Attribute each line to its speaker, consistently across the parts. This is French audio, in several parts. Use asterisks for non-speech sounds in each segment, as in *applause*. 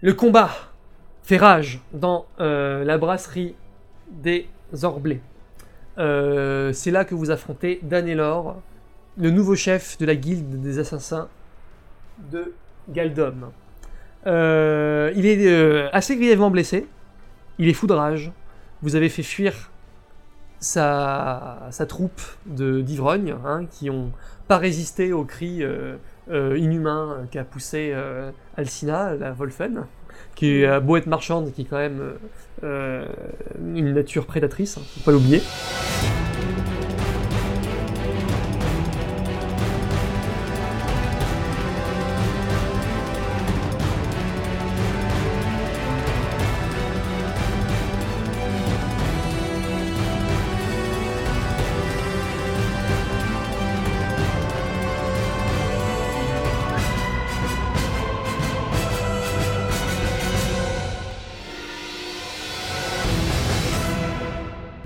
Speaker 1: Le combat fait rage dans euh, la brasserie des Orblés. Euh, c'est là que vous affrontez Dan Elor, le nouveau chef de la guilde des assassins de Galdom. Euh, il est euh, assez grièvement blessé, il est fou de rage. Vous avez fait fuir sa, sa troupe de- d'ivrognes hein, qui ont pas résisté aux cris euh, euh, inhumains qu'a poussé euh, Alcina, la Wolfen, qui a beau être marchande, qui est quand même euh, euh, une nature prédatrice, hein, faut pas l'oublier.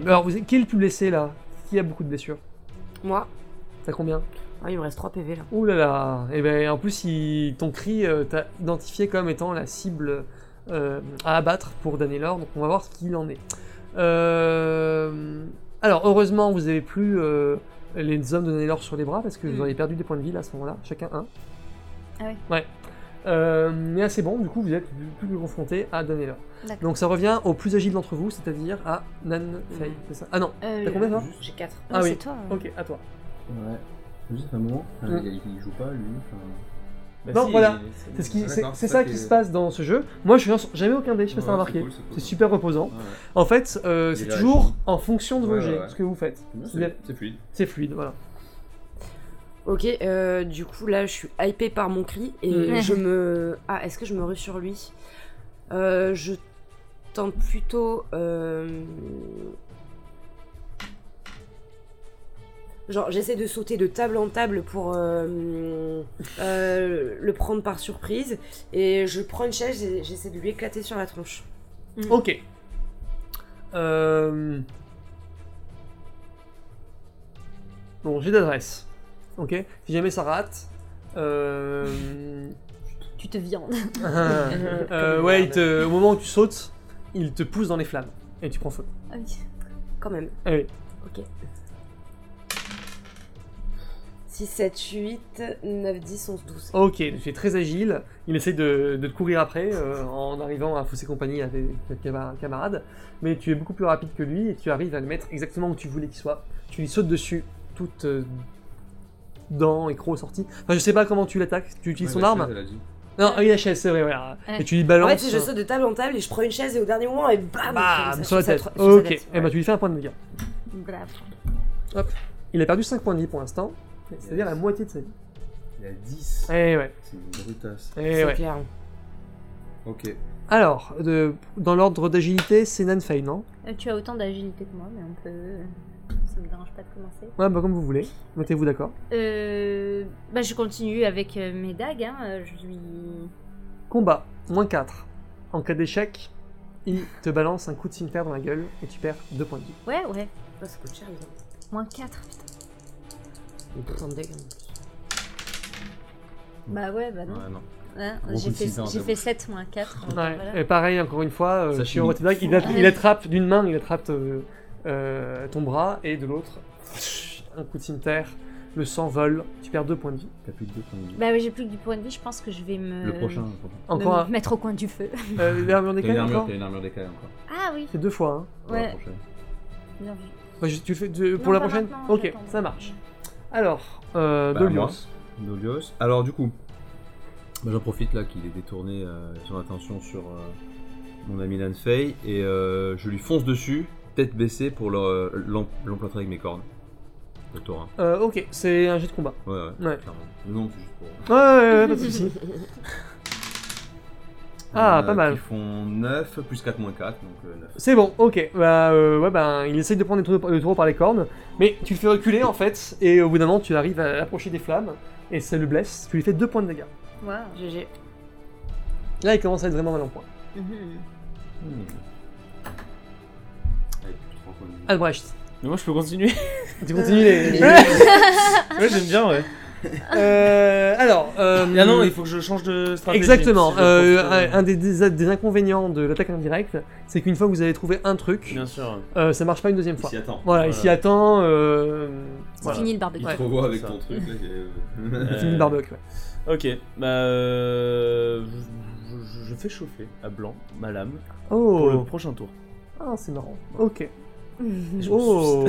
Speaker 1: Alors, vous, qui est le plus blessé là Qui a beaucoup de blessures
Speaker 2: Moi,
Speaker 1: T'as combien
Speaker 2: ah, il me reste 3 PV là.
Speaker 1: Ouh là là Et ben en plus, il- ton cri euh, t'a identifié comme étant la cible euh, à abattre pour Danelor, donc on va voir ce qu'il en est. Euh, Alors, heureusement, vous avez plus euh, les hommes de Danelor sur les bras parce que vous
Speaker 3: Mm.
Speaker 1: auriez perdu des points de vie là, à ce moment-là, chacun un.
Speaker 3: Ah oui.
Speaker 1: Ouais. Euh, mais là, c'est bon, du coup, vous êtes plus que confronté à Danelor.
Speaker 3: D'accord.
Speaker 1: Donc ça revient au plus agile d'entre vous, c'est-à-dire à Nan Fei, c'est ça Ah non,
Speaker 3: Euh,
Speaker 1: t'as combien toi
Speaker 2: J'ai 4.
Speaker 3: Ah,
Speaker 1: Ah oui.
Speaker 3: c'est toi. hein.
Speaker 1: Ok, à toi.
Speaker 4: Ouais. Juste un moment. Enfin,
Speaker 1: Mm.
Speaker 4: il, il joue pas, lui. Enfin... Bah
Speaker 1: Non,
Speaker 4: si,
Speaker 1: voilà.
Speaker 4: il-
Speaker 1: C'est ce qui- c'est-
Speaker 4: d'accord,
Speaker 1: c'est ça qui
Speaker 4: est-
Speaker 1: se passe dans ce jeu. Moi, je suis jamais aucun dé, je sais pas si
Speaker 4: Ouais,
Speaker 1: t'as remarqué.
Speaker 4: cool, cool.
Speaker 1: C'est super reposant.
Speaker 4: Ouais, ouais.
Speaker 1: En fait, euh,
Speaker 4: Il
Speaker 1: c'est
Speaker 4: est là,
Speaker 1: toujours
Speaker 4: il-
Speaker 1: en fonction de vos
Speaker 4: Ouais,
Speaker 1: jets,
Speaker 4: ouais, ouais.
Speaker 1: ce que vous faites.
Speaker 4: Non,
Speaker 1: Vous êtes-
Speaker 4: C'est c'est fluide.
Speaker 1: C'est fluide, voilà.
Speaker 2: Ok, euh, du coup là je suis hypée par mon cri et
Speaker 3: Mm.
Speaker 2: je me. Ah, est-ce que je me rue sur lui Euh, Je tente plutôt. euh, Genre j'essaie de sauter de table en table pour euh, euh, le prendre par surprise et je prends une chaise et j'essaie de lui éclater sur la tronche.
Speaker 1: Ok. Euh... Bon, j'ai d'adresse. Ok. Si jamais ça rate. Euh... *laughs*
Speaker 3: Tu te viandes.
Speaker 1: euh,
Speaker 2: Comme
Speaker 1: ouais,
Speaker 2: merde.
Speaker 1: il te- au moment où tu sautes, il te pousse dans les flammes et tu prends feu.
Speaker 3: Ah oui.
Speaker 2: Quand même.
Speaker 1: Ah oui.
Speaker 2: Ok. 6, 7, 8, 9, 10, 11, 12.
Speaker 1: Ok, tu es très agile. Il essaie de, de te courir après euh, en arrivant à fausser compagnie à tes, tes cama- camarades. Mais tu es beaucoup plus rapide que lui et tu arrives à le mettre exactement où tu voulais qu'il soit. Tu lui sautes dessus, toute euh, dents et crocs sortis. Enfin, je sais pas comment tu l'attaques. Tu utilises
Speaker 4: Ouais,
Speaker 1: son
Speaker 4: la
Speaker 1: arme
Speaker 4: chaise, elle a dit.
Speaker 1: Non, oui, la chaise, c'est vrai, voilà.
Speaker 3: Ouais.
Speaker 1: Et tu lui
Speaker 2: En
Speaker 1: balances.
Speaker 2: fait, si je saute Ah, de table en table et je prends une chaise et au dernier moment, et bam
Speaker 1: Oh, bam,
Speaker 2: comme ça,
Speaker 1: sur la
Speaker 2: sa
Speaker 1: tête.
Speaker 2: tro- sur sa
Speaker 1: ok,
Speaker 2: tête,
Speaker 1: et ben
Speaker 2: ouais.
Speaker 1: tu lui fais un point de dégâts.
Speaker 3: Bravo.
Speaker 1: Il a perdu 5 points de vie pour l'instant. C'est-à-dire la moitié de sa vie.
Speaker 4: Il a 10.
Speaker 1: Eh ouais,
Speaker 4: C'est une brutasse.
Speaker 1: eh
Speaker 2: C'est
Speaker 1: ouais.
Speaker 2: clair.
Speaker 4: Ok.
Speaker 1: Alors, de- dans l'ordre d'agilité, c'est Nanfei, non
Speaker 3: Euh, tu as autant d'agilité que moi, mais on peut. euh, Ça me dérange pas de commencer.
Speaker 1: Ouais, bah comme vous voulez. Mettez-vous d'accord.
Speaker 3: Euh, bah, je continue avec euh, mes dagues. Hein. euh, Je lui.
Speaker 1: Combat, moins 4. En cas d'échec, il te balance un coup de cimetière dans la gueule et tu perds 2 points de vie.
Speaker 3: Ouais, ouais.
Speaker 2: Oh, ça coûte cher, les gars.
Speaker 3: Moins 4, putain.
Speaker 2: Il prend des gants.
Speaker 3: Bah ouais,
Speaker 1: Ah
Speaker 3: bah non.
Speaker 4: Ouais, non.
Speaker 3: Hein,
Speaker 4: Gros
Speaker 3: j'ai
Speaker 4: coup de
Speaker 3: fait,
Speaker 4: ciseaux,
Speaker 3: j'ai
Speaker 4: hein,
Speaker 3: fait 7 moins 4.
Speaker 1: Et pareil, encore une fois, euh,
Speaker 4: Ça
Speaker 1: chez
Speaker 4: finit.
Speaker 1: Orotidag, il, att-
Speaker 3: Ouais.
Speaker 1: il attrape d'une main, il attrape euh, euh, ton bras et de l'autre, un coup de cimetière, le sang vole, tu perds 2 points de vie.
Speaker 4: T'as plus de deux points de vie.
Speaker 3: Bah ouais, j'ai plus que du point de vie, je pense que je vais me.
Speaker 1: Euh,
Speaker 4: Le prochain. le prochain.
Speaker 1: Encore
Speaker 3: me mettre au coin du feu.
Speaker 1: un. Euh, L'armure des
Speaker 4: T'as une
Speaker 1: cailles,
Speaker 4: armure,
Speaker 1: encore
Speaker 4: t'as une armure décalée encore.
Speaker 3: Ah oui,
Speaker 1: C'est deux fois, hein.
Speaker 4: Pour la
Speaker 3: ouais,
Speaker 4: prochaine.
Speaker 3: bien vu.
Speaker 1: Bah, je- tu le fais tu-
Speaker 3: Non,
Speaker 1: pour la
Speaker 3: pas
Speaker 1: prochaine
Speaker 3: maintenant,
Speaker 1: Ok,
Speaker 3: j'attends.
Speaker 1: ça marche. Alors, euh,
Speaker 4: Bah,
Speaker 1: Dolios.
Speaker 4: moi. Dolios. Alors du coup, bah, j'en profite là qu'il ait détourné euh, son attention sur euh, mon ami Lanfei et euh, je lui fonce dessus, tête baissée pour le- euh, l'em- l'emplâtrer avec mes cornes. Le taurin.
Speaker 1: Euh, ok, c'est un jet de combat.
Speaker 4: Ouais, ouais,
Speaker 1: Ouais.
Speaker 4: clairement. Non, c'est juste pour. euh,
Speaker 1: Ouais, ouais, ouais, pas de soucis. Ah, pas mal.
Speaker 4: Ils font 9 plus 4 moins 4, donc euh, 9.
Speaker 1: C'est bon, ok. Bah, euh, ouais, ben, il essaye de prendre le taureau, le taureau par les cornes, mais tu le fais reculer en fait, et au bout d'un moment, tu arrives à approcher des flammes, et ça le blesse. Tu lui fais deux points de dégâts.
Speaker 3: Waouh.
Speaker 2: GG.
Speaker 1: Là, il commence à être vraiment mal en point.
Speaker 3: Mhm.
Speaker 4: Hmm. Allez, plus
Speaker 2: Ah,
Speaker 4: trois points de vie.
Speaker 1: Albrecht,
Speaker 5: Ah, Mais moi je peux continuer
Speaker 1: *laughs* tu continues les.
Speaker 5: Ouais, j'aime bien, ouais.
Speaker 1: Euh, alors, euh,
Speaker 5: Ah non, il faut que je change de stratégie.
Speaker 1: exactement.
Speaker 5: si je
Speaker 1: euh,
Speaker 5: profite, euh,
Speaker 1: un un des, des- des inconvénients de l'attaque indirecte, c'est qu'une fois que vous avez trouvé un truc,
Speaker 5: Bien sûr.
Speaker 1: euh, ça marche pas une deuxième
Speaker 4: Il
Speaker 1: fois.
Speaker 4: s'y attend.
Speaker 1: Voilà, il
Speaker 5: Voilà.
Speaker 1: s'y attend. euh, voilà.
Speaker 3: Fini le
Speaker 4: Il
Speaker 3: barbecue.
Speaker 1: Ouais.
Speaker 4: te revoit avec
Speaker 5: Ça.
Speaker 4: ton truc. Là,
Speaker 5: Euh,
Speaker 4: et-
Speaker 1: Fini le barbecue. ouais.
Speaker 5: Ok, bah. euh, je, je- je fais chauffer à blanc ma lame pour le
Speaker 1: Oh,
Speaker 5: prochain tour.
Speaker 1: Ah, c'est marrant. *laughs* Ok.
Speaker 5: Je me
Speaker 1: Oh.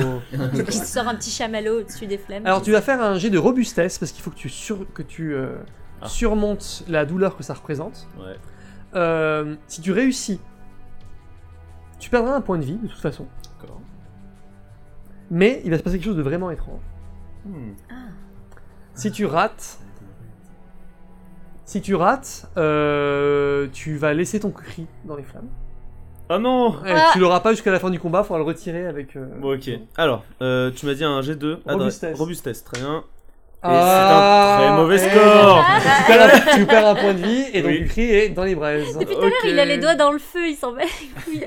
Speaker 3: *laughs* Il sort un petit chamallow au-dessus des flemmes.
Speaker 1: Alors tu vas faire un jet de robustesse parce qu'il faut que tu, sur- que tu euh,
Speaker 5: Ah.
Speaker 1: surmontes la douleur que ça représente.
Speaker 5: Ouais.
Speaker 1: Euh, si tu réussis, tu perdras un point de vie de toute façon.
Speaker 5: D'accord.
Speaker 1: Mais il va se passer quelque chose de vraiment étrange.
Speaker 5: Hmm.
Speaker 1: Si tu rates, si tu rates, euh, tu vas laisser ton cri dans les flammes.
Speaker 5: Ah non
Speaker 1: Et
Speaker 3: Ah.
Speaker 1: Tu l'auras pas jusqu'à la fin du combat, faudra le retirer avec. euh,
Speaker 5: Bon, ok. Alors, euh, tu m'as dit un G2.
Speaker 1: Robustesse.
Speaker 5: Robustesse, très bien. Et
Speaker 1: Ah,
Speaker 5: c'est un très mauvais
Speaker 1: et-
Speaker 5: score
Speaker 1: *laughs*
Speaker 3: Ah,
Speaker 1: Tu perds, un, tu perds un point de vie et donc
Speaker 5: Oui.
Speaker 1: le cri est dans les braises.
Speaker 3: euh. Depuis tout à l'heure,
Speaker 5: Ok.
Speaker 3: il a les doigts dans le feu, *laughs* il s'en met.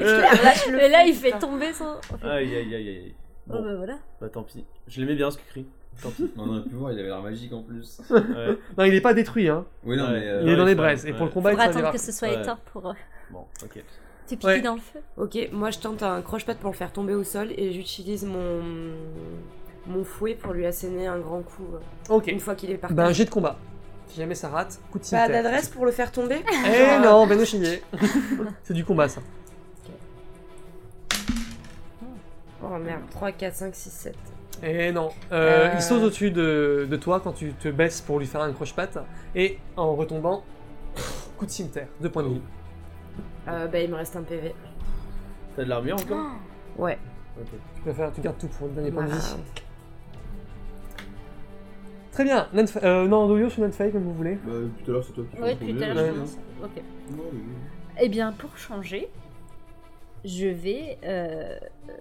Speaker 5: Euh,
Speaker 1: *laughs*
Speaker 3: Et là, il fait tomber son.
Speaker 5: Aïe aïe aïe aïe.
Speaker 3: Oh
Speaker 5: Bon,
Speaker 3: bah voilà.
Speaker 5: bah tant pis. Je l'aimais bien ce cri. Tant pis.
Speaker 4: *laughs* On aurait pu voir, il avait l'air magique en plus.
Speaker 5: Ouais.
Speaker 1: Non, il est pas détruit, hein.
Speaker 4: Oui, non,
Speaker 5: Ouais.
Speaker 4: mais.
Speaker 1: Il
Speaker 4: euh,
Speaker 5: Ouais,
Speaker 1: est dans les
Speaker 5: ouais,
Speaker 1: braises. Et pour le
Speaker 5: ouais.
Speaker 1: combat,
Speaker 3: Faudra
Speaker 1: il servira.
Speaker 3: attendre que ce soit
Speaker 5: Ouais.
Speaker 3: éteint pour euh,
Speaker 5: Bon, ok.
Speaker 3: te piquer
Speaker 1: Ouais.
Speaker 3: dans le feu.
Speaker 2: Ok, moi je tente un croche-patte pour le faire tomber au sol et j'utilise mon mon fouet pour lui asséner un grand coup euh,
Speaker 1: Ok.
Speaker 2: une fois qu'il est parti.
Speaker 1: Ben, un jet de combat. Si jamais ça rate, coup de
Speaker 2: Pas
Speaker 1: cimetière.
Speaker 2: d'adresse pour le faire tomber
Speaker 1: Eh non,
Speaker 3: euh,
Speaker 1: ben ne
Speaker 3: *laughs*
Speaker 1: chier. C'est du combat, ça.
Speaker 2: Oh merde, 3, 4, 5, 6, 7.
Speaker 1: Eh non. Euh,
Speaker 2: Euh.
Speaker 1: Il saute au-dessus de, de toi quand tu te baisses pour lui faire un croche-patte. Et en retombant, coup de cimetière. Deux points de vie.
Speaker 2: Euh, bah il me reste un PV.
Speaker 5: T'as de l'armure
Speaker 3: Oh.
Speaker 5: encore
Speaker 3: Ah.
Speaker 2: Ouais.
Speaker 5: Ok.
Speaker 1: Tu peux faire, tu gardes tout pour le dernier point de
Speaker 2: Bah,
Speaker 1: vie. Très bien. Nanf- euh, non, Doyos ou Nanfei, comme vous voulez.
Speaker 4: Bah, tout à l'heure, c'est toi qui
Speaker 3: Ouais, depuis tout à l'heure,
Speaker 1: Ouais.
Speaker 3: je commence. Ok. Eh bien, pour changer, je vais euh, euh,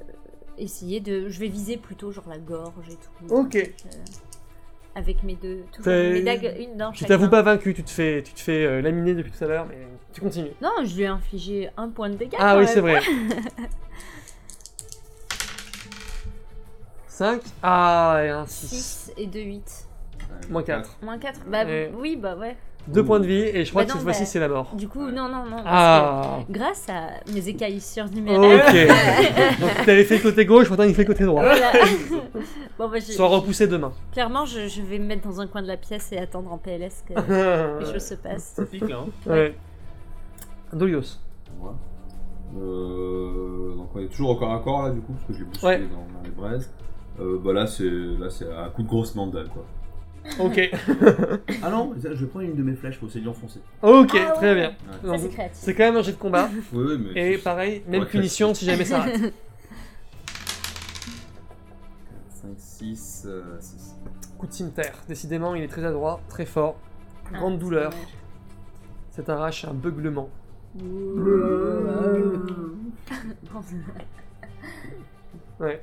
Speaker 3: essayer de. Je vais viser plutôt genre la gorge et tout.
Speaker 1: Ok.
Speaker 3: Euh, avec mes deux. Toujours
Speaker 1: T'as-
Speaker 3: mes dagues, une dans
Speaker 1: Tu
Speaker 3: chaque
Speaker 1: t'avoues
Speaker 3: main.
Speaker 1: pas vaincu, tu te fais, tu te fais euh, laminer depuis tout à l'heure, mais tu continues.
Speaker 3: Non, je lui ai infligé un point de dégâts.
Speaker 1: Ah
Speaker 3: quand
Speaker 1: oui,
Speaker 3: même.
Speaker 1: c'est
Speaker 3: *laughs*
Speaker 1: vrai. 5 Ah, et un 6.
Speaker 3: 6 et 2, 8.
Speaker 1: Moins 4.
Speaker 3: Moins 4 Bah
Speaker 1: Ouais.
Speaker 3: oui, bah ouais.
Speaker 1: 2 points de vie, et je crois
Speaker 3: Bah
Speaker 1: que
Speaker 3: non,
Speaker 1: cette fois-ci,
Speaker 3: bah-
Speaker 1: c'est la mort.
Speaker 3: Du coup, non, non, non. parce
Speaker 1: Ah
Speaker 3: *laughs* que Grâce à mes écailles surnuméraires.
Speaker 1: *laughs* Ok. Donc, t'avais fait côté gauche, maintenant il fait côté droit.
Speaker 3: voilà. *laughs* bon, bah, je-
Speaker 1: Soit repoussé
Speaker 3: *laughs*
Speaker 1: demain.
Speaker 3: clairement, je, je vais me mettre dans un coin de la pièce et attendre en PLS
Speaker 1: *laughs*
Speaker 3: que les
Speaker 1: ouais.
Speaker 3: choses se passent.
Speaker 5: Ça pique là. Hein.
Speaker 1: Dolios.
Speaker 4: Moi. Euh, donc on est toujours au corps à corps là du coup parce que j'ai bousculé
Speaker 1: Ouais.
Speaker 4: dans, dans les braises. Euh, bah là c'est là c'est un coup de grosse mandale quoi.
Speaker 1: Ok.
Speaker 4: Ah non, je prends une de mes flèches pour essayer de l'enfoncer.
Speaker 1: Ok,
Speaker 3: Ah ouais.
Speaker 1: très bien.
Speaker 3: Ça,
Speaker 1: Donc,
Speaker 3: c'est créatif.
Speaker 1: c'est quand même un jet de combat.
Speaker 4: Oui, oui, mais.
Speaker 1: Et pareil, même
Speaker 4: Ouais,
Speaker 1: punition si jamais
Speaker 3: *laughs*
Speaker 1: ça rate.
Speaker 4: 5, 6, 6.
Speaker 1: Coup de cimetière. Décidément, il est très adroit, très fort.
Speaker 3: Ah,
Speaker 1: Grande
Speaker 3: c'est
Speaker 1: douleur.
Speaker 3: dommage.
Speaker 1: Ça t'arrache un beuglement. Ouais.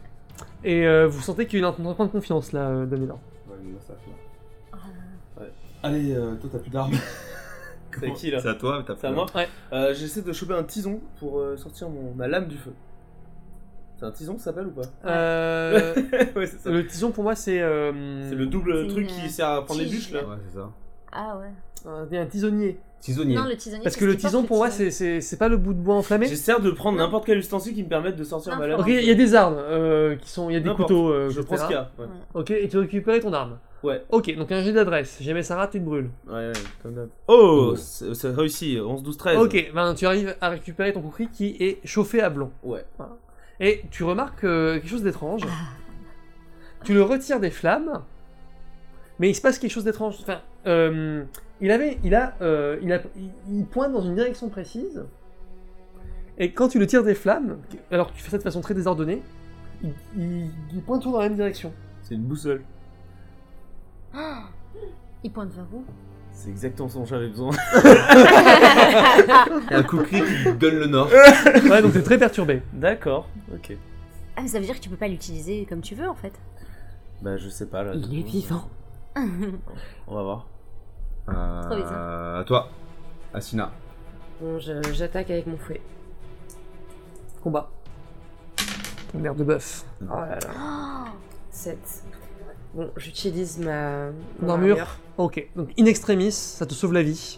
Speaker 1: Et euh, vous sentez qu'il est en train de prendre confiance là, euh, Danelor.
Speaker 4: Ouais, mais là, ça fait là.
Speaker 3: Ah.
Speaker 5: Ouais.
Speaker 4: Allez, euh, toi t'as plus d'armes.
Speaker 5: C'est à qui, là
Speaker 4: *laughs* C'est à toi, mais t'as plus
Speaker 5: C'est à moi
Speaker 1: Ouais.
Speaker 5: Euh, J'essaie de choper un tison pour euh, sortir mon... ma lame du feu. C'est un tison ça s'appelle ou pas
Speaker 1: *laughs* Euh,
Speaker 5: *laughs* Ouais, c'est ça.
Speaker 1: le tison pour moi c'est. euh,
Speaker 5: C'est le double
Speaker 3: C'est
Speaker 5: truc
Speaker 3: une,
Speaker 5: qui
Speaker 3: euh,
Speaker 5: sert à prendre les
Speaker 3: tige,
Speaker 5: bûches là.
Speaker 3: là.
Speaker 4: Ouais, c'est ça.
Speaker 3: *laughs* Ah ouais.
Speaker 1: Un, un tisonnier.
Speaker 4: Tisonnier.
Speaker 3: Non, le tisonnier.
Speaker 1: Parce
Speaker 3: c'est
Speaker 1: que
Speaker 3: ce
Speaker 1: le
Speaker 3: qui porte
Speaker 1: tison pour moi c'est
Speaker 3: tisonnier.
Speaker 1: c'est- c'est pas le bout de bois enflammé.
Speaker 5: J'essaie de prendre n'importe quel ustensile qui me permette de sortir
Speaker 3: Non,
Speaker 5: ma
Speaker 3: faut
Speaker 5: lame.
Speaker 1: Ok, il y a des armes euh, qui sont. Il y a des
Speaker 5: N'importe.
Speaker 1: couteaux. euh,
Speaker 5: Je
Speaker 1: etc.
Speaker 5: prends ce qu'il y a. Ouais,
Speaker 1: Ok, et tu récupères ton arme.
Speaker 5: Ouais.
Speaker 1: Ok, donc un jet d'adresse. Jamais ça rate, tu te brûles.
Speaker 5: ouais, ouais, comme d'hab. Oh,
Speaker 4: Oh.
Speaker 5: c'est c'est réussi, 11, 12, 13.
Speaker 1: Ok, ben tu arrives à récupérer ton cri qui est chauffé à blanc.
Speaker 5: Ouais.
Speaker 1: Et tu remarques euh, quelque chose d'étrange. tu le retires des flammes, mais il se passe quelque chose d'étrange. Enfin, euh, il avait, il a, euh, il a, il, il pointe dans une direction précise. Et quand tu le tires des flammes, alors que tu fais ça de façon très désordonnée, il, il- il pointe toujours dans la même direction.
Speaker 5: C'est une boussole.
Speaker 3: Ah Il pointe vers où
Speaker 5: C'est exactement ce dont j'avais besoin. *laughs*
Speaker 4: Un coup cri qui donne le nord.
Speaker 1: Ouais, donc t'es très perturbé.
Speaker 5: D'accord, ok.
Speaker 3: Ah, mais ça veut dire que tu peux pas l'utiliser comme tu veux en fait.
Speaker 5: Bah, je sais pas là.
Speaker 2: Il est vivant.
Speaker 5: On va voir.
Speaker 3: *laughs* Trop
Speaker 4: Euh, à toi, Asina.
Speaker 2: Bon, je- j'attaque avec mon fouet.
Speaker 1: Combat. Merde de bœuf. Ah.
Speaker 2: Oh là là.
Speaker 3: Oh
Speaker 2: 7. Bon, j'utilise ma. mon
Speaker 1: L'armure.
Speaker 2: armure.
Speaker 1: Ok, donc in extremis, ça te sauve la vie.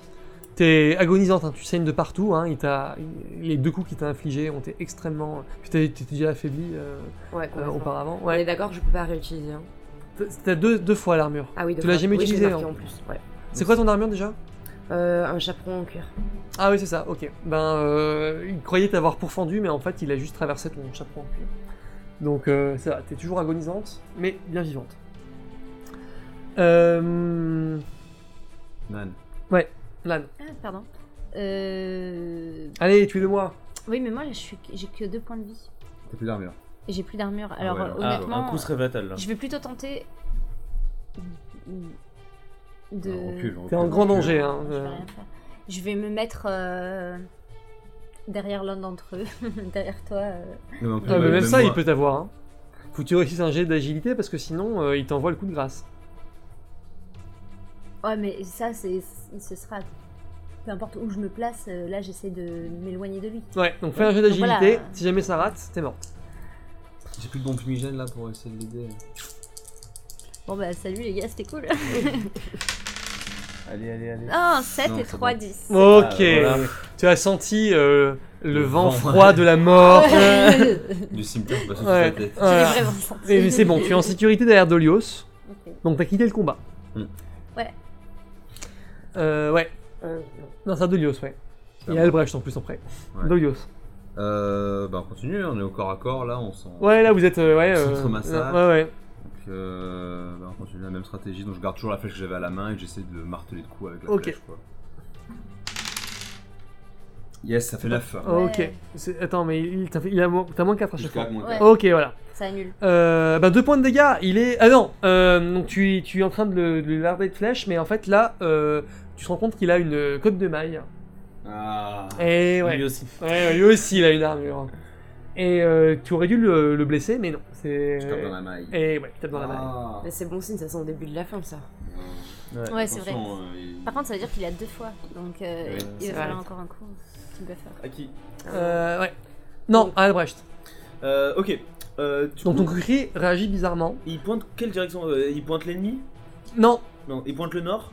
Speaker 1: T'es agonisante, hein, tu saignes de partout. hein, il t'a- les deux coups qui t'a infligés ont été extrêmement. Tu t'es tu t'es déjà affaibli euh,
Speaker 2: Ouais,
Speaker 1: euh,
Speaker 2: complètement.
Speaker 1: auparavant.
Speaker 2: On est
Speaker 1: Ouais.
Speaker 2: d'accord que je peux pas réutiliser. hein.
Speaker 1: T'as- T'as deux, deux fois l'armure.
Speaker 2: Ah oui, de
Speaker 1: Tu l'as
Speaker 2: fois.
Speaker 1: jamais
Speaker 2: Oui, je l'ai
Speaker 1: utilisé,
Speaker 2: marqué
Speaker 1: hein.
Speaker 2: en plus. Ouais.
Speaker 1: C'est quoi ton armure déjà
Speaker 2: Euh, un chaperon en cuir.
Speaker 1: Ah oui, c'est ça, ok. Ben, euh, il croyait t'avoir pourfendu, mais en fait, il a juste traversé ton chapeau en cuir. Donc, euh, ça va, t'es toujours agonisante, mais bien vivante. Euh.
Speaker 4: Nan.
Speaker 1: Lan,
Speaker 3: Ah, pardon. Euh...
Speaker 1: allez, tue-le-moi
Speaker 3: Oui, mais moi, là, je suis... j'ai que deux points de vie.
Speaker 4: T'as plus d'armure.
Speaker 3: Et j'ai plus d'armure. Alors,
Speaker 4: ouais,
Speaker 3: euh,
Speaker 5: Ah,
Speaker 3: honnêtement,
Speaker 5: un coup serait fatal là.
Speaker 3: je vais plutôt tenter. de.
Speaker 4: Alors, Ah, recule, recule,
Speaker 1: T'es en grand
Speaker 4: recule.
Speaker 1: danger, hein.
Speaker 3: Je vais,
Speaker 1: euh.
Speaker 3: rien faire. Je vais me mettre euh, derrière l'un d'entre eux, *laughs* derrière toi. euh.
Speaker 4: Non, non, plus,
Speaker 1: Ah, mais
Speaker 4: bah,
Speaker 1: même ça,
Speaker 4: moi.
Speaker 1: il peut t'avoir. Hein. Faut que tu réussisses un jet d'agilité parce que sinon, euh, il t'envoie le coup de grâce.
Speaker 3: Ouais, mais ça, c'est, ce sera. Peu importe où je me place, euh, là, j'essaie de m'éloigner de lui.
Speaker 1: Ouais, donc fais un jet
Speaker 3: Donc
Speaker 1: d'agilité.
Speaker 3: voilà.
Speaker 1: Si jamais ça rate, t'es mort.
Speaker 4: J'ai plus de bon fumigène là pour essayer de l'aider.
Speaker 3: Bon, bah, salut les gars,
Speaker 4: *laughs*
Speaker 3: c'était cool.
Speaker 5: Allez, allez, allez. Ah,
Speaker 3: Ah, 7
Speaker 4: Non,
Speaker 3: et
Speaker 4: c'est
Speaker 3: 3,
Speaker 4: bon.
Speaker 3: 10. *laughs*
Speaker 1: Ok.
Speaker 5: voilà.
Speaker 1: Tu as senti euh, le
Speaker 4: Le
Speaker 1: vent
Speaker 4: vent.
Speaker 1: froid de la mort.
Speaker 4: *laughs* Du cimetière, bah, parce que
Speaker 1: Ouais.
Speaker 4: tu tête.
Speaker 1: *laughs* Voilà.
Speaker 3: J'ai vraiment senti.
Speaker 1: Mais c'est bon, tu es en sécurité derrière Dolios.
Speaker 3: Ok.
Speaker 1: Donc t'as quitté le combat.
Speaker 4: Hmm.
Speaker 3: Ouais.
Speaker 1: Euh, ouais.
Speaker 2: Euh, non.
Speaker 1: Non, c'est à Dolios, ouais.
Speaker 4: C'est
Speaker 1: Et
Speaker 4: à moi.
Speaker 1: Albrecht en plus après.
Speaker 4: Ouais.
Speaker 1: Dolios.
Speaker 4: Euh, bah on continue, on est au corps à corps là, on s'en.
Speaker 1: Ouais, là vous êtes. euh, ouais,
Speaker 4: Centre
Speaker 1: euh,
Speaker 4: massacre.
Speaker 1: Ouais, ouais.
Speaker 4: Donc, euh, bah, on continue la même stratégie, donc je garde toujours la flèche que j'avais à la main et j'essaie de le marteler de coups avec la
Speaker 1: Ok.
Speaker 4: flèche quoi. Yes, ça fait 9.
Speaker 1: Ok. C'est- Attends, mais il, t'a fait- il a mo- t'as moins 4 à chaque fois.
Speaker 4: Jusqu'à moins
Speaker 3: Ouais.
Speaker 4: quatre.
Speaker 1: Ok, voilà.
Speaker 3: Ça annule.
Speaker 1: Euh, bah deux points de dégâts, il est... Ah non, euh, donc tu, tu es en train de le, de le larder de flèche, mais en fait là, euh, tu te rends compte qu'il a une cote de maille.
Speaker 4: Ah.
Speaker 1: Et ouais.
Speaker 5: Lui aussi.
Speaker 1: Ouais, lui aussi, il a une armure. Et euh, tu aurais dû le, le blesser, mais non. C'est...
Speaker 4: Je tape dans la maille.
Speaker 1: Et ouais, tu tapes dans la maille.
Speaker 4: Ah.
Speaker 2: Mais c'est bon signe, ça sent le début de la fin, ça.
Speaker 3: Ouais, c'est vrai.
Speaker 4: Attention, euh, il-
Speaker 3: Par contre, ça veut dire qu'il a deux fois. Donc, euh,
Speaker 4: Ouais,
Speaker 3: il
Speaker 2: c'est
Speaker 3: va falloir
Speaker 2: vrai.
Speaker 3: encore un coup. Tu me faire.
Speaker 5: À qui
Speaker 1: Euh, ouais. Non, à Albrecht.
Speaker 5: Euh, ok. Euh, du
Speaker 1: Donc
Speaker 5: coup,
Speaker 1: ton cri réagit bizarrement.
Speaker 5: Il pointe quelle direction Euh, Il pointe l'ennemi
Speaker 1: Non,
Speaker 5: Non, il pointe le nord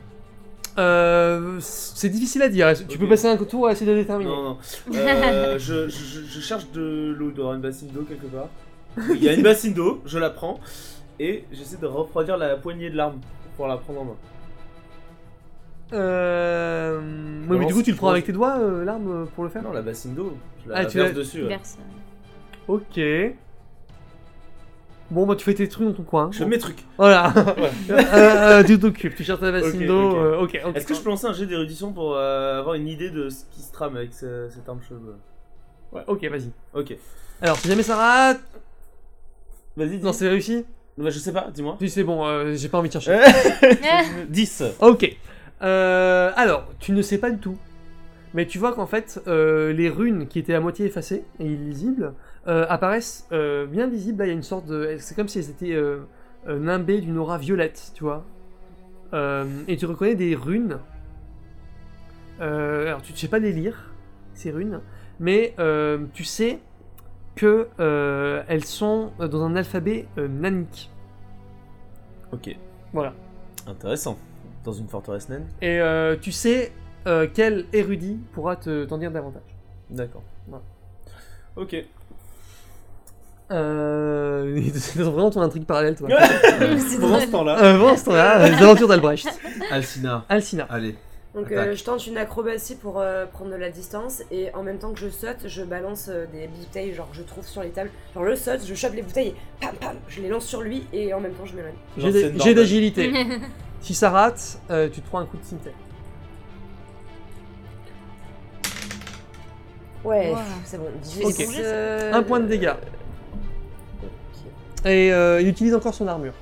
Speaker 1: euh, c'est difficile à dire. Tu peux
Speaker 5: Ok.
Speaker 1: passer un tour à essayer de déterminer.
Speaker 5: Non, non. Euh, je, je- je cherche de l'eau, il doit y avoir une bassine d'eau quelque part. Il y a une bassine d'eau, je la prends et j'essaie de refroidir la poignée de l'arme pour la prendre en main.
Speaker 1: Euh... ouais, mais
Speaker 5: Non,
Speaker 1: du coup, tu le
Speaker 5: je
Speaker 1: prends
Speaker 5: pense-
Speaker 1: avec tes doigts, euh, l'arme, euh, pour le faire
Speaker 5: Ah Non, la bassine d'eau, je la
Speaker 1: Ah, tu
Speaker 5: verse
Speaker 1: l'as-
Speaker 5: dessus.
Speaker 3: Il
Speaker 5: ouais.
Speaker 3: verse. euh.
Speaker 1: *laughs* Ok. Bon, bah tu fais tes trucs dans ton coin.
Speaker 5: Je fais
Speaker 1: *laughs*
Speaker 5: mes trucs. *laughs*
Speaker 1: Voilà.
Speaker 5: Ouais.
Speaker 1: Euh, euh, tu t'occupes, tu cherches ta bassine
Speaker 5: Ok,
Speaker 1: d'eau.
Speaker 5: ok.
Speaker 1: euh, Ok, ok.
Speaker 5: Est-ce que je peux lancer un jet d'érudition pour euh, avoir une idée de ce qui se trame avec ce- cette arme cheveux
Speaker 1: Ouais, ok, vas-y.
Speaker 5: Ok.
Speaker 1: Alors, si jamais ça rate.
Speaker 5: Vas-y, dis.
Speaker 1: Non, c'est réussi
Speaker 5: Bah, je sais pas, dis-moi.
Speaker 1: Tu c'est bon, euh, j'ai pas envie de chercher.
Speaker 5: 10.
Speaker 1: Ok. Euh, alors, tu ne sais pas du tout. Mais tu vois qu'en fait, euh, les runes qui étaient à moitié effacées et illisibles euh, apparaissent euh, bien visibles. Là, il y a une sorte de. C'est comme si elles étaient euh, euh, nimbées d'une aura violette, tu vois. Euh, et tu reconnais des runes. Euh, alors, tu ne sais pas les lire, ces runes. Mais euh, tu sais que euh, elles sont dans un alphabet euh, nanique.
Speaker 5: Ok,
Speaker 1: Voilà.
Speaker 5: intéressant. Dans une forteresse naine
Speaker 1: Et euh, tu sais euh, quel érudit pourra te- t'en dire davantage.
Speaker 5: D'accord.
Speaker 1: Voilà.
Speaker 5: Ok.
Speaker 1: Euh... *laughs* C'est vraiment ton intrigue parallèle, toi.
Speaker 3: *laughs* C'est *laughs*
Speaker 5: Pendant
Speaker 3: drôle.
Speaker 5: ce temps-là,
Speaker 1: Euh, bon, c'est là, les aventures d'Albrecht.
Speaker 4: Alcina,
Speaker 1: Alcina.
Speaker 4: allez.
Speaker 2: Donc
Speaker 4: Attaque.
Speaker 2: euh, je tente une acrobatie pour euh, prendre de la distance et en même temps que je saute, je balance euh, des bouteilles, genre je trouve sur les tables. Genre le saute, je chope les bouteilles et pam pam, je les lance sur lui et en même temps je m'éloigne.
Speaker 1: J'ai
Speaker 5: L'ancienne
Speaker 1: d-
Speaker 5: barbade.
Speaker 1: j'ai
Speaker 3: *laughs*
Speaker 1: d'agilité. si ça rate, euh, tu te prends un coup de cimetière.
Speaker 2: Ouais,
Speaker 3: Wow.
Speaker 2: c'est bon.
Speaker 1: Ok.
Speaker 2: Dix, euh,
Speaker 1: Un point de dégâts. Et euh, il utilise encore son armure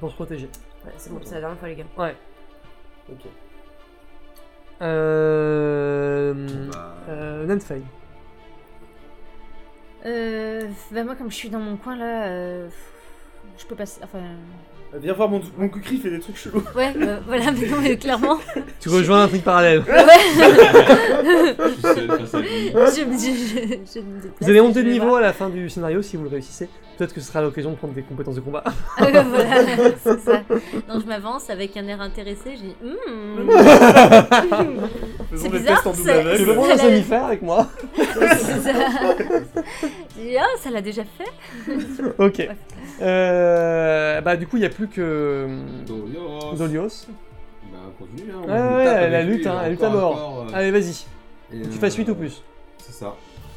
Speaker 1: pour se protéger.
Speaker 2: Ouais, c'est bon, c'est la dernière fois les gars.
Speaker 1: Ouais.
Speaker 5: Ok.
Speaker 1: Euh...
Speaker 4: Bah,
Speaker 1: euh, Nanfei.
Speaker 3: Euh, bah moi comme je suis dans mon coin là, euh, je peux passer. Enfin,
Speaker 5: viens voir mon, mon cucri fait des trucs chelous.
Speaker 3: ouais, euh, voilà, mais non, mais *laughs* clairement,
Speaker 1: Tu rejoins l'intrigue parallèle.
Speaker 4: je suis seul face à lui.
Speaker 3: je, je, je, je me déplace.
Speaker 1: Vous allez monter
Speaker 3: je
Speaker 1: de
Speaker 3: vais
Speaker 1: niveau
Speaker 3: voir.
Speaker 1: à la fin du scénario si vous le réussissez. Peut-être que ce sera l'occasion de prendre des compétences de combat.
Speaker 3: Euh, *laughs* voilà, c'est ça. Donc je m'avance avec un air intéressé, je dis Hmm.
Speaker 5: *laughs* Faisons des
Speaker 3: bizarre,
Speaker 5: tests en double
Speaker 3: c'est-
Speaker 1: Tu
Speaker 5: aveugle.
Speaker 1: veux prendre un
Speaker 3: Elle a-
Speaker 1: somnifère avec moi
Speaker 3: C'est ça. *laughs* Je dis Ah, ça l'a déjà fait
Speaker 1: Ok. Euh, bah du coup, il n'y a plus que
Speaker 5: Euh,
Speaker 4: Dolios.
Speaker 1: Dolios.
Speaker 4: Bah, continue, hein. on
Speaker 1: Ouais,
Speaker 4: tape
Speaker 1: ouais,
Speaker 4: avec
Speaker 1: la
Speaker 4: lui,
Speaker 1: lutte, hein, la lutte à
Speaker 4: encore,
Speaker 1: mort.
Speaker 4: encore, euh,
Speaker 1: Allez, vas-y.
Speaker 4: et,
Speaker 1: Tu
Speaker 4: euh,
Speaker 1: fasses 8 ou plus.
Speaker 4: C'est ça,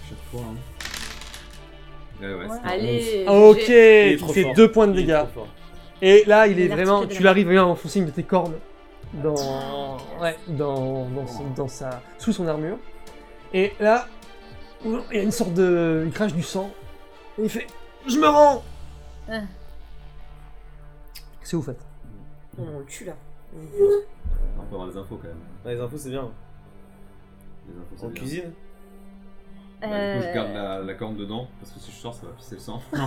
Speaker 4: chaque fois. hein. Ouais, ouais,
Speaker 3: Ouais.
Speaker 4: c'est un onze.
Speaker 2: Allez.
Speaker 1: Ah, Ok,
Speaker 2: j'ai-
Speaker 5: est
Speaker 1: tu
Speaker 5: trop
Speaker 1: fais
Speaker 5: fort.
Speaker 1: 2 points de
Speaker 5: Il est
Speaker 1: dégâts.
Speaker 5: trop fort.
Speaker 1: Et là, il est
Speaker 3: Il est
Speaker 1: vraiment.
Speaker 3: articulé.
Speaker 1: Tu l'arrives à enfoncer une de tes cornes dans. Ah, Ouais, dans, dans, son- dans sa, sous son armure. Et là, il y a une sorte de. Il crache du sang. Et il fait Je me rends
Speaker 3: Ah.
Speaker 1: C'est où, fait
Speaker 2: On a le Oh, cul là.
Speaker 4: On peut avoir les infos quand même.
Speaker 5: Ouais, Bah, les infos, c'est bien.
Speaker 4: Les infos, c'est
Speaker 5: En
Speaker 4: bien.
Speaker 5: cuisine
Speaker 4: Bah, Du coup, je garde
Speaker 3: Euh,
Speaker 4: la, la corne dedans parce que si je sors, ça va pisser le *laughs* sang. ouais,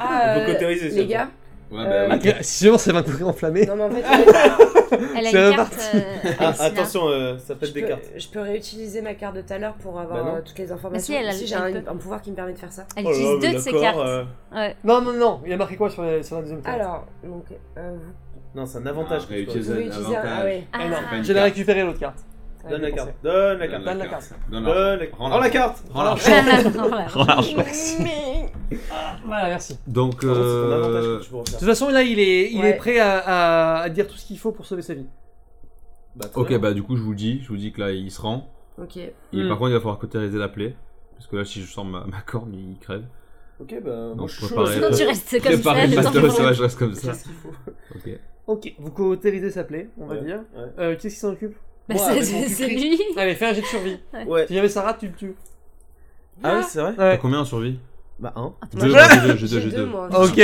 Speaker 2: Ah,
Speaker 5: On peut
Speaker 2: euh,
Speaker 5: cautériser,
Speaker 2: les
Speaker 5: ça.
Speaker 2: gars.
Speaker 4: bah
Speaker 2: Euh,
Speaker 4: oui.
Speaker 1: Si vraiment ça va courir enflammé.
Speaker 2: Non, mais en fait, euh,
Speaker 3: Elle a
Speaker 1: C'est
Speaker 3: une
Speaker 1: reparti.
Speaker 3: carte. euh,
Speaker 5: Ah,
Speaker 3: Alcina.
Speaker 5: attention, euh, ça
Speaker 2: je,
Speaker 5: pète des
Speaker 2: peux,
Speaker 5: cartes.
Speaker 2: je peux réutiliser ma carte de tout à l'heure pour avoir
Speaker 5: Bah non.
Speaker 2: euh, toutes les informations.
Speaker 3: elle a-
Speaker 2: j'ai
Speaker 3: elle
Speaker 2: un,
Speaker 3: peut.
Speaker 2: un pouvoir qui me permet de faire ça.
Speaker 3: Elle
Speaker 5: Oh là là,
Speaker 3: utilise
Speaker 5: mais
Speaker 3: deux de ses
Speaker 5: d'accord,
Speaker 3: cartes.
Speaker 5: euh,
Speaker 3: Ouais.
Speaker 1: Non, non, non, il a marqué quoi sur, les- sur la deuxième carte
Speaker 2: Alors, donc, euh, vous
Speaker 5: Non, c'est un avantage.
Speaker 4: Ah,
Speaker 5: que tu
Speaker 4: réutiliser.
Speaker 5: peux-
Speaker 2: pouvez utiliser un. Ah ouais.
Speaker 1: Eh non,
Speaker 3: Ah,
Speaker 4: Une
Speaker 1: J'allais
Speaker 4: carte.
Speaker 1: récupérer l'autre carte. Ah,
Speaker 5: Donne
Speaker 1: j'ai
Speaker 5: la
Speaker 1: pensé.
Speaker 5: carte. Donne la carte.
Speaker 1: Donne la
Speaker 4: Donne *laughs*
Speaker 5: Donne la
Speaker 4: la
Speaker 5: carte.
Speaker 4: Rends
Speaker 5: Rends la carte
Speaker 4: Rends la
Speaker 3: *laughs* Voilà.
Speaker 4: Ah,
Speaker 1: Voilà, merci. De
Speaker 4: Donc,
Speaker 5: Pardon, C'est ton avantage
Speaker 4: euh,
Speaker 5: que tu peux refaire.
Speaker 1: toute façon, là, il est, il
Speaker 2: Ouais.
Speaker 1: est prêt à, à- à dire tout ce qu'il faut pour sauver sa vie.
Speaker 4: ok, bah du coup, je vous le dis, je vous dis que là, il se rend.
Speaker 2: Ok.
Speaker 4: Et
Speaker 1: Hmm.
Speaker 4: par contre, il va falloir cautériser la plaie. Parce que là, si je sors ma, ma corne, il crève.
Speaker 5: Ok, bah, moi
Speaker 4: Donc,
Speaker 5: je suis chaud.
Speaker 4: préparez-
Speaker 5: là.
Speaker 3: Sinon tu restes comme ça.
Speaker 4: Préparez le
Speaker 3: le temps
Speaker 4: matos,
Speaker 3: que-
Speaker 4: ouais, je reste comme ça.
Speaker 5: Qu'est-ce qu'il faut
Speaker 4: Ok.
Speaker 1: Ok, vous cautérisez sa plaie, on va
Speaker 5: Ouais,
Speaker 1: dire.
Speaker 5: ouais.
Speaker 1: Euh, qui est-ce qui s'en occupe
Speaker 3: Bah,
Speaker 5: Moi,
Speaker 3: c'est-
Speaker 5: avec mon
Speaker 3: C'est
Speaker 5: cul
Speaker 3: c'est
Speaker 5: cric.
Speaker 3: lui.
Speaker 1: Allez, fais un jet de survie.
Speaker 3: *laughs*
Speaker 5: Ouais.
Speaker 1: Si jamais ça rate, tu le tues.
Speaker 5: Ah oui, c'est vrai
Speaker 4: T'as
Speaker 1: Ouais.
Speaker 4: combien en survie
Speaker 3: Ah.
Speaker 5: Bah, hein.
Speaker 4: Deux, j'ai deux, j'ai deux,
Speaker 2: J'ai
Speaker 4: j'ai
Speaker 2: deux,
Speaker 4: deux.
Speaker 2: moi.
Speaker 1: Ok.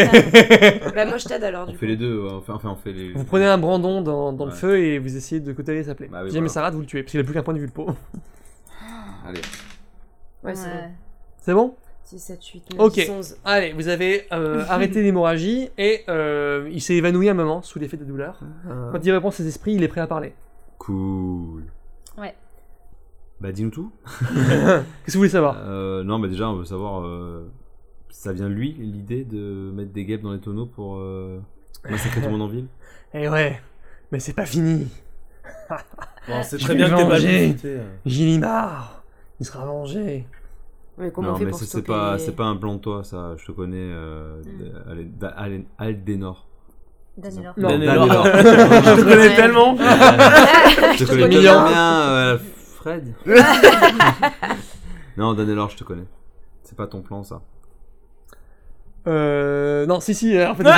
Speaker 2: *laughs* Bah, moi, je t'aide alors.
Speaker 4: On
Speaker 2: Du
Speaker 4: fait
Speaker 2: coup.
Speaker 4: les deux, ouais, on fait- enfin on fait
Speaker 1: *laughs*
Speaker 4: les.
Speaker 1: vous prenez un brandon dans, dans le
Speaker 4: Ouais.
Speaker 1: feu et vous essayez de cautériser sa plaie.
Speaker 4: Bah oui,
Speaker 1: si jamais
Speaker 4: voilà.
Speaker 1: ça rate, vous le tuez, parce qu'il a plus qu'un point de vue le pot.
Speaker 4: Allez,
Speaker 2: Ouais, c'est bon.
Speaker 3: Ouais.
Speaker 1: C'est bon
Speaker 2: 6, 7, 8, 9,
Speaker 1: Ok.
Speaker 2: 10, 11.
Speaker 1: Allez, vous avez euh, *laughs* arrêté l'hémorragie et euh, il s'est évanoui un moment sous l'effet de la douleur. Quand il reprend ses esprits, il est prêt à parler.
Speaker 4: cool.
Speaker 3: Ouais.
Speaker 4: Bah dis-nous tout.
Speaker 1: Qu'est-ce que vous voulez savoir
Speaker 4: Euh, non, bah déjà on veut savoir. euh, ça vient de lui l'idée de mettre des guêpes dans les tonneaux pour euh, massacrer tout le monde en ville
Speaker 1: Eh ouais, mais c'est pas fini.
Speaker 5: Bon, c'est
Speaker 1: Je
Speaker 5: très
Speaker 1: vais
Speaker 5: bien que t'aies pas
Speaker 1: venger.
Speaker 5: le consulté, euh.
Speaker 1: Gilimard, il sera vengé.
Speaker 2: Mais comment
Speaker 4: Non,
Speaker 2: on fait
Speaker 4: mais
Speaker 2: pour
Speaker 4: ça, c'est
Speaker 2: stopper
Speaker 4: pas,
Speaker 2: les-
Speaker 4: c'est pas un plan de toi, ça. Je te connais, euh,
Speaker 3: Mm.
Speaker 4: d- Alé- d'A- Alé- Aldenor.
Speaker 3: Danelor.
Speaker 4: *laughs*
Speaker 1: Non.
Speaker 5: Danelor. *laughs*
Speaker 4: Danelor.
Speaker 5: Je te connais
Speaker 3: Ouais.
Speaker 5: tellement
Speaker 4: Je te
Speaker 3: connais
Speaker 4: connais
Speaker 3: bien.
Speaker 4: tellement bien, euh, Fred. non, Danelor, je te connais. C'est pas ton plan, ça.
Speaker 1: Euh. Non, si, si, euh, en fait, non,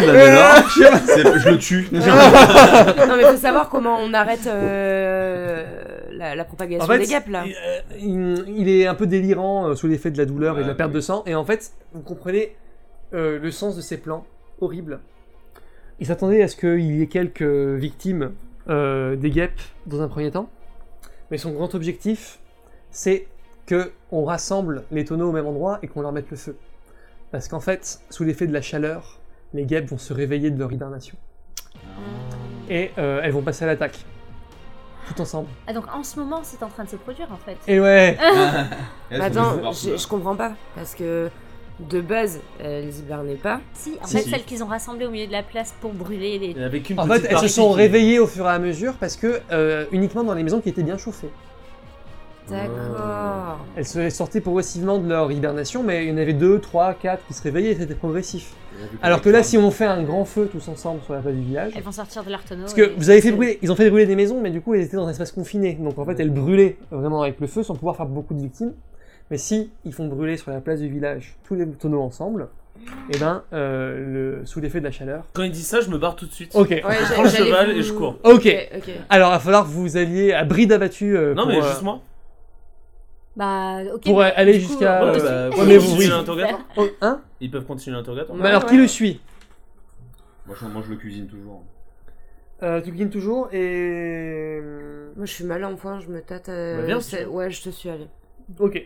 Speaker 1: *laughs*
Speaker 4: Danelor, c'est- je le tue.
Speaker 2: Non, mais faut savoir comment on arrête euh, la, la propagation
Speaker 1: En fait,
Speaker 2: des guêpes là.
Speaker 1: il, euh, il- il est un peu délirant euh, sous l'effet de la douleur et de la
Speaker 4: Ouais,
Speaker 1: perte
Speaker 4: oui.
Speaker 1: de sang. Et en fait, vous comprenez euh, le sens de ses plans horribles. Il s'attendait à ce qu'il y ait quelques victimes euh, des guêpes dans un premier temps. Mais son grand objectif, c'est que on rassemble les tonneaux au même endroit et qu'on leur mette le feu. Parce qu'en fait, sous l'effet de la chaleur, les guêpes vont se réveiller de leur hibernation. Et euh, elles vont passer à l'attaque. Tout ensemble.
Speaker 3: Ah, donc en ce moment, c'est en train de se produire en fait.
Speaker 1: Et ouais
Speaker 4: Elles
Speaker 2: Bah,
Speaker 4: sont des
Speaker 2: attends,
Speaker 4: pouvoirs,
Speaker 2: je je comprends pas. Parce que de base, elles hibernaient pas.
Speaker 3: Si, en
Speaker 4: Si,
Speaker 3: fait,
Speaker 4: si.
Speaker 3: celles qu'ils ont rassemblées au milieu de la place pour brûler les.
Speaker 5: Il y avait qu'une
Speaker 1: En fait,
Speaker 5: petite
Speaker 1: elles se
Speaker 5: partie
Speaker 1: sont
Speaker 5: qui-
Speaker 1: réveillées au fur et à mesure parce que euh, uniquement dans les maisons qui étaient bien chauffées.
Speaker 2: D'accord.
Speaker 1: Elles se- elles sortaient progressivement de leur hibernation, mais il y en avait deux, trois, quatre qui se réveillaient et c'était progressif. Alors que là, si on fait un grand feu tous ensemble sur la place du village,
Speaker 3: Elles vont sortir de leur tonneau.
Speaker 1: parce que vous avez fait brûler, ils ont fait brûler des maisons, mais du coup, elles étaient dans un espace confiné. Donc en fait, elles brûlaient vraiment avec le feu sans pouvoir faire beaucoup de victimes. Mais si ils font brûler sur la place du village tous les tonneaux ensemble, et ben, euh, le- sous l'effet de la chaleur.
Speaker 5: Quand il dit ça, je me barre tout de suite.
Speaker 1: Ok.
Speaker 2: Ouais,
Speaker 5: prends le
Speaker 2: j'allais
Speaker 5: cheval
Speaker 2: vous-
Speaker 5: et je cours.
Speaker 1: Ok.
Speaker 2: ok.
Speaker 1: Alors, il va falloir que vous alliez à bride abattue euh,
Speaker 5: Non,
Speaker 1: pour,
Speaker 5: mais
Speaker 1: euh,
Speaker 5: juste moi.
Speaker 3: Bah, ok.
Speaker 1: pour,
Speaker 3: mais
Speaker 1: euh, aller
Speaker 3: du coup,
Speaker 1: jusqu'à-
Speaker 3: on
Speaker 1: Ouais, bah,
Speaker 3: te suit.
Speaker 1: ouais,
Speaker 5: ils
Speaker 1: mais
Speaker 5: peuvent
Speaker 1: vous-
Speaker 5: continuer
Speaker 1: oui.
Speaker 5: l'interrogatoire
Speaker 1: oh, hein
Speaker 5: Ils peuvent continuer l'interrogatoire.
Speaker 1: Mais Bah, alors,
Speaker 2: Ouais,
Speaker 1: qui
Speaker 2: ouais.
Speaker 1: le suit
Speaker 4: Moi, je, moi, je le cuisine toujours.
Speaker 1: Euh, tu clines toujours et. euh,
Speaker 2: Moi, je suis mal en point, je me tâte. euh,
Speaker 5: Bah, bien
Speaker 2: c'est-
Speaker 5: sûr.
Speaker 2: Ouais, je te suis allé.
Speaker 1: Ok.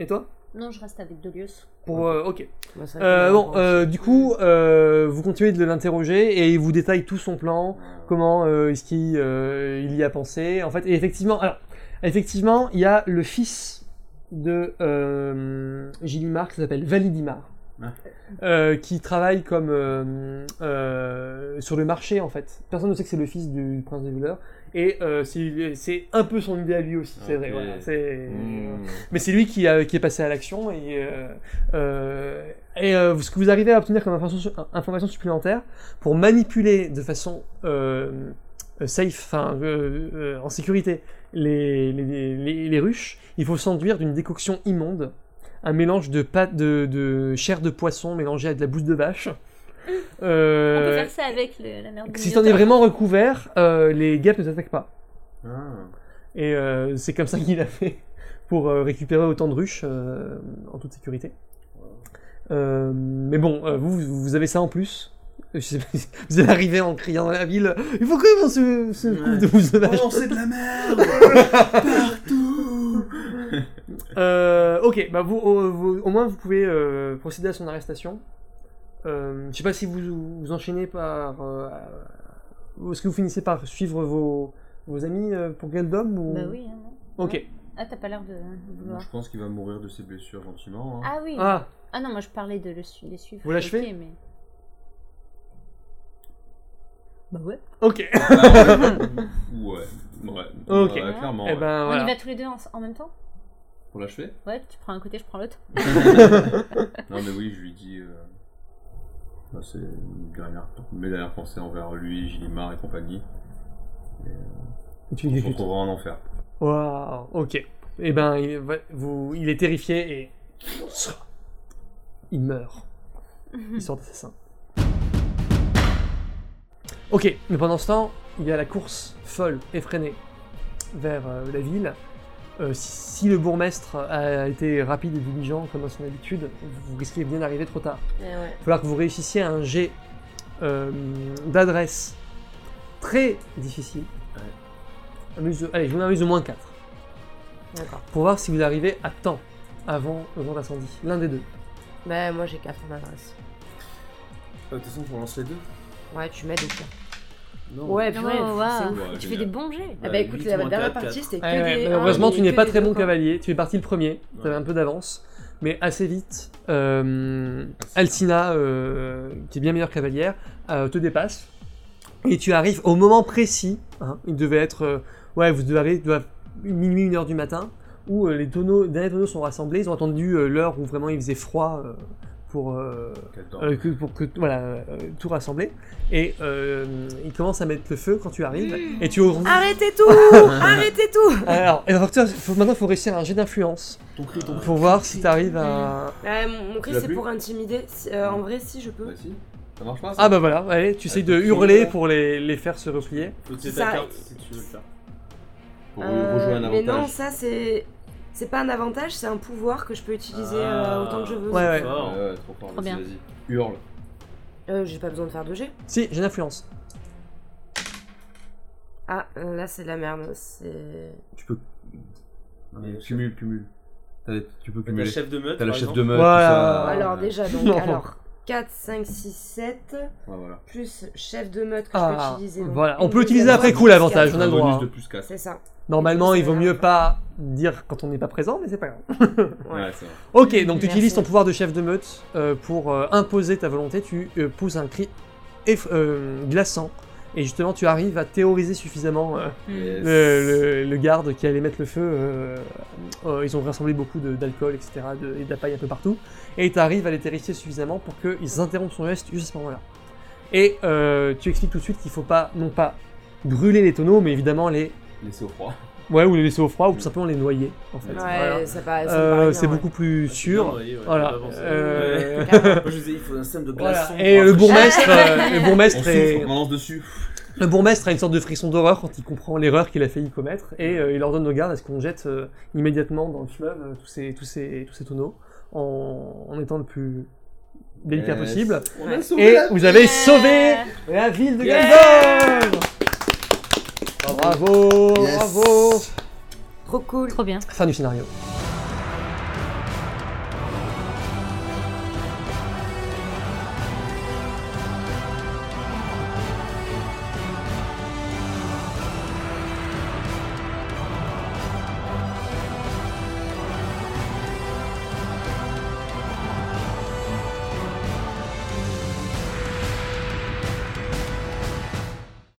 Speaker 1: Et toi
Speaker 3: Non, je reste avec Dolius.
Speaker 1: Pour. euh, ok. Euh, bon, euh, du coup, euh, vous continuez de l'interroger et il vous détaille tout son plan, comment euh, est-ce qu'il euh, il y a pensé. En fait, et effectivement, alors, effectivement, il y a le fils de euh, Gilimar qui s'appelle Validimar,
Speaker 4: Ah.
Speaker 1: euh, qui travaille comme euh, euh, sur le marché en fait. Personne ne sait que c'est le fils du prince des voleurs et euh, c'est c'est un peu son idée à lui aussi. C'est vrai.
Speaker 4: Ok.
Speaker 1: voilà, c'est-
Speaker 4: Mmh.
Speaker 1: mais c'est lui qui, a- qui est passé à l'action et, euh, euh, et euh, ce que vous arrivez à obtenir comme information, information supplémentaire pour manipuler de façon euh, euh, safe, enfin euh, euh, en sécurité, les, les, les- les ruches, il faut s'enduire d'une décoction immonde, un mélange de pâte de, de chair de poisson mélangée à de la bouse de vache.
Speaker 3: On
Speaker 1: Euh,
Speaker 3: peut faire ça avec le- la merde. du
Speaker 1: si t'en es
Speaker 3: Minotaure.
Speaker 1: vraiment recouvert, euh, les guêpes ne t'attaquent pas. *laughs*
Speaker 4: Ah.
Speaker 1: Et euh, c'est comme ça qu'il a fait pour euh, récupérer autant de ruches euh, en toute sécurité. Euh, mais bon, euh, vous, vous avez ça en plus. Je sais pas si- vous allez arriver en criant dans la ville Il faut que on se, se couvre de mousse de vache
Speaker 5: Oh, c'est de la merde Partout
Speaker 1: Euh, Ok, bah vous, au, vous- au moins vous pouvez euh, procéder à son arrestation. Euh, je sais pas si vous vous enchaînez par. euh, euh, Est-ce que vous finissez par suivre vos, vos amis euh, pour Geldom ou...
Speaker 3: Bah oui, hein, non.
Speaker 1: Ok.
Speaker 3: Ah, t'as pas l'air de vouloir.
Speaker 4: Je pense qu'il va mourir de ses blessures gentiment. hein.
Speaker 3: Ah oui. Ah.
Speaker 1: Ah,
Speaker 3: non, moi je parlais de le su- les suivre.
Speaker 1: Vous l'achevez
Speaker 3: ok, mais... Bah ouais.
Speaker 1: ok.
Speaker 4: Ouais. Ouais.
Speaker 1: Ok.
Speaker 4: Ouais, clairement.
Speaker 1: Eh
Speaker 4: Oh, ouais.
Speaker 1: ben, voilà.
Speaker 3: On y va tous les deux en, en même temps
Speaker 1: *laughs*
Speaker 4: Pour l'achever
Speaker 3: Ouais, tu prends un côté, je prends l'autre.
Speaker 4: Non, mais oui, je lui dis. euh, bah, c'est une dernière- mes dernières pensées envers lui, Gilimar et compagnie.
Speaker 1: Tu
Speaker 4: On se
Speaker 1: l'exécutes.
Speaker 4: retrouvera en enfer.
Speaker 1: Waouh, ok. Eh ben, il, va- vous, il est terrifié et. Il meurt. Il sort d'assassin. Ok, mais pendant ce temps, il y a la course folle, effrénée, vers euh, la ville. Euh, si, si le bourgmestre a été rapide et diligent, comme à son habitude, vous risquez bien d'arriver trop tard.
Speaker 2: Ouais, Eh ouais.
Speaker 1: Il va falloir que vous réussissiez à un jet euh, d'adresse très difficile. Amuse- allez, je vous mets un amuse de moins 4
Speaker 2: D'accord.
Speaker 1: pour voir si vous arrivez à temps avant le grand incendie. L'un des deux.
Speaker 2: Bah, moi j'ai 4 en adresse.
Speaker 5: De toute façon, on lance les deux.
Speaker 2: Ouais, tu m'aides au pire.
Speaker 5: Non.
Speaker 2: Ouais,
Speaker 3: Non,
Speaker 2: purée, c'est ouf.
Speaker 4: Ouais,
Speaker 3: Oh, Tu fais
Speaker 4: génial.
Speaker 3: des bons jets.
Speaker 2: Ah Oh, bah
Speaker 5: Ouais,
Speaker 2: écoute,
Speaker 5: Euh, huit
Speaker 2: la
Speaker 5: moins
Speaker 2: dernière
Speaker 5: quatre,
Speaker 2: partie c'était que
Speaker 1: Ouais, ouais,
Speaker 2: des.
Speaker 1: malheureusement,
Speaker 2: un,
Speaker 1: tu
Speaker 2: mais
Speaker 1: n'es
Speaker 2: que
Speaker 1: pas
Speaker 2: des hein.
Speaker 1: très
Speaker 2: deux,
Speaker 1: bon
Speaker 2: quoi.
Speaker 1: cavalier. Tu es parti le premier. Tu avais
Speaker 4: Ouais.
Speaker 1: un peu d'avance. Mais assez vite, euh, Alcina, euh, qui est bien meilleure cavalière, euh, te dépasse. Et tu arrives au moment précis. hein, il devait être. euh, ouais, vous devez arriver doivent- minuit, une heure du matin. Où euh, les tonneaux, derniers tonneaux sont rassemblés. Ils ont attendu euh, l'heure où vraiment il faisait froid euh, pour. euh,
Speaker 4: Quel temps.
Speaker 1: euh, que- pour que voilà euh, tout rassembler et euh, il commence à mettre le feu quand tu arrives et tu Euh,
Speaker 2: Arrêtez tout Arrêtez tout
Speaker 1: alors et alors, toi, faut- maintenant faut réussir à un jet d'influence
Speaker 4: Ton cri, ton cri.
Speaker 1: pour voir si t'arrives à
Speaker 2: Ouais, Mon mon cri
Speaker 4: l'as
Speaker 2: c'est
Speaker 4: plus
Speaker 2: pour intimider. Si- euh, en vrai, si je peux.
Speaker 4: Bah, si. Ça marche pas ça
Speaker 1: ah bah voilà allez tu essayes de
Speaker 4: Avec le cri,
Speaker 1: hurler
Speaker 4: là.
Speaker 1: pour les, les faire se replier
Speaker 5: Faut tirer
Speaker 2: Ça-
Speaker 5: ta carte si tu veux le faire.
Speaker 4: Pour
Speaker 2: Euh,
Speaker 4: rejouer un
Speaker 2: mais
Speaker 4: avantage.
Speaker 2: non, ça c'est. C'est pas un avantage, c'est un pouvoir que je peux utiliser
Speaker 5: Ah.
Speaker 2: euh, autant que je veux.
Speaker 1: Ouais, ouais.
Speaker 5: Fort.
Speaker 4: Ouais, ouais, trop fort.
Speaker 3: Trop
Speaker 4: vas-y,
Speaker 3: bien.
Speaker 4: Vas-y. Hurle.
Speaker 2: Euh, j'ai pas besoin de faire de G.
Speaker 1: si j'ai d'influence
Speaker 2: Ah, euh, là c'est de la merde. C'est.
Speaker 4: Tu peux.
Speaker 5: Mais
Speaker 4: cumule, cumule. T'as- Tu peux
Speaker 5: T'as le
Speaker 4: cumuler.
Speaker 5: chef de meute.
Speaker 4: T'as le
Speaker 5: par
Speaker 4: chef
Speaker 5: exemple.
Speaker 4: de meute.
Speaker 1: Voilà.
Speaker 4: tout ça.
Speaker 2: alors déjà, donc,
Speaker 1: *laughs* Non.
Speaker 2: alors 4, 5, 6, 7,
Speaker 4: Ouais, voilà.
Speaker 2: plus chef de meute que je peux
Speaker 1: ah
Speaker 2: utiliser. donc,
Speaker 1: voilà
Speaker 2: une
Speaker 1: on peut
Speaker 2: deuxième
Speaker 1: l'utiliser après
Speaker 2: fois,
Speaker 1: coup l'avantage
Speaker 2: plus
Speaker 1: on a
Speaker 4: Un
Speaker 1: le droit
Speaker 4: bonus
Speaker 1: hein.
Speaker 4: de plus 4.
Speaker 2: quatre. C'est ça.
Speaker 1: normalement il vaut mieux pas dire quand on n'est pas présent mais c'est pas grave
Speaker 4: Ouais, c'est vrai.
Speaker 1: Ok, donc tu
Speaker 2: Merci.
Speaker 1: utilises ton pouvoir de chef de meute euh, pour euh, imposer ta volonté, tu euh, pousses un cri eff- euh, glaçant, et justement tu arrives à théoriser suffisamment euh,
Speaker 3: Hmm.
Speaker 4: Yes.
Speaker 1: le, le- le garde qui allait mettre le feu. euh, euh, ils ont rassemblé beaucoup de- d'alcool, etc., de- et de la paille un peu partout, et tu arrives à les terrifier suffisamment pour qu'ils interrompent son geste juste à ce moment-là. Et euh, tu expliques tout de suite qu'il faut pas, non pas brûler les tonneaux, mais évidemment les...
Speaker 4: Laissez au froid.
Speaker 1: Ouais, ou les laisser au froid, ou tout simplement les noyer, en fait.
Speaker 2: Ouais,
Speaker 1: Voilà.
Speaker 2: ça paraît- ça me paraît
Speaker 1: Euh,
Speaker 2: bien,
Speaker 1: c'est
Speaker 2: ouais.
Speaker 1: beaucoup plus sûr.
Speaker 5: Ouais, ouais, ouais,
Speaker 1: Voilà.
Speaker 5: d'avance.
Speaker 1: Euh,
Speaker 5: Ouais.
Speaker 2: Carrément.
Speaker 5: Moi, je disais, il faut un système de
Speaker 1: Voilà.
Speaker 5: glaçons.
Speaker 1: Et
Speaker 5: pour
Speaker 1: le
Speaker 5: un-
Speaker 1: bourgmestre, euh, le
Speaker 4: On
Speaker 1: bourgmestre, est-
Speaker 4: souffle, on lance dessus.
Speaker 1: le bourgmestre a une sorte de frisson d'horreur quand il comprend l'erreur qu'il a failli commettre et euh, il ordonne aux gardes à ce qu'on jette euh, immédiatement dans le fleuve euh, tous ces, tous ces, tous ces tonneaux en, en étant le plus délicat
Speaker 4: Yes.
Speaker 1: possible.
Speaker 5: On a sauvé
Speaker 1: Et
Speaker 5: la-
Speaker 1: vous avez
Speaker 3: Yeah
Speaker 1: sauvé la ville de
Speaker 5: Yeah
Speaker 1: Galvor Bravo, bravo
Speaker 2: Trop cool.
Speaker 3: Trop bien.
Speaker 1: Fin du scénario.
Speaker 4: Yes.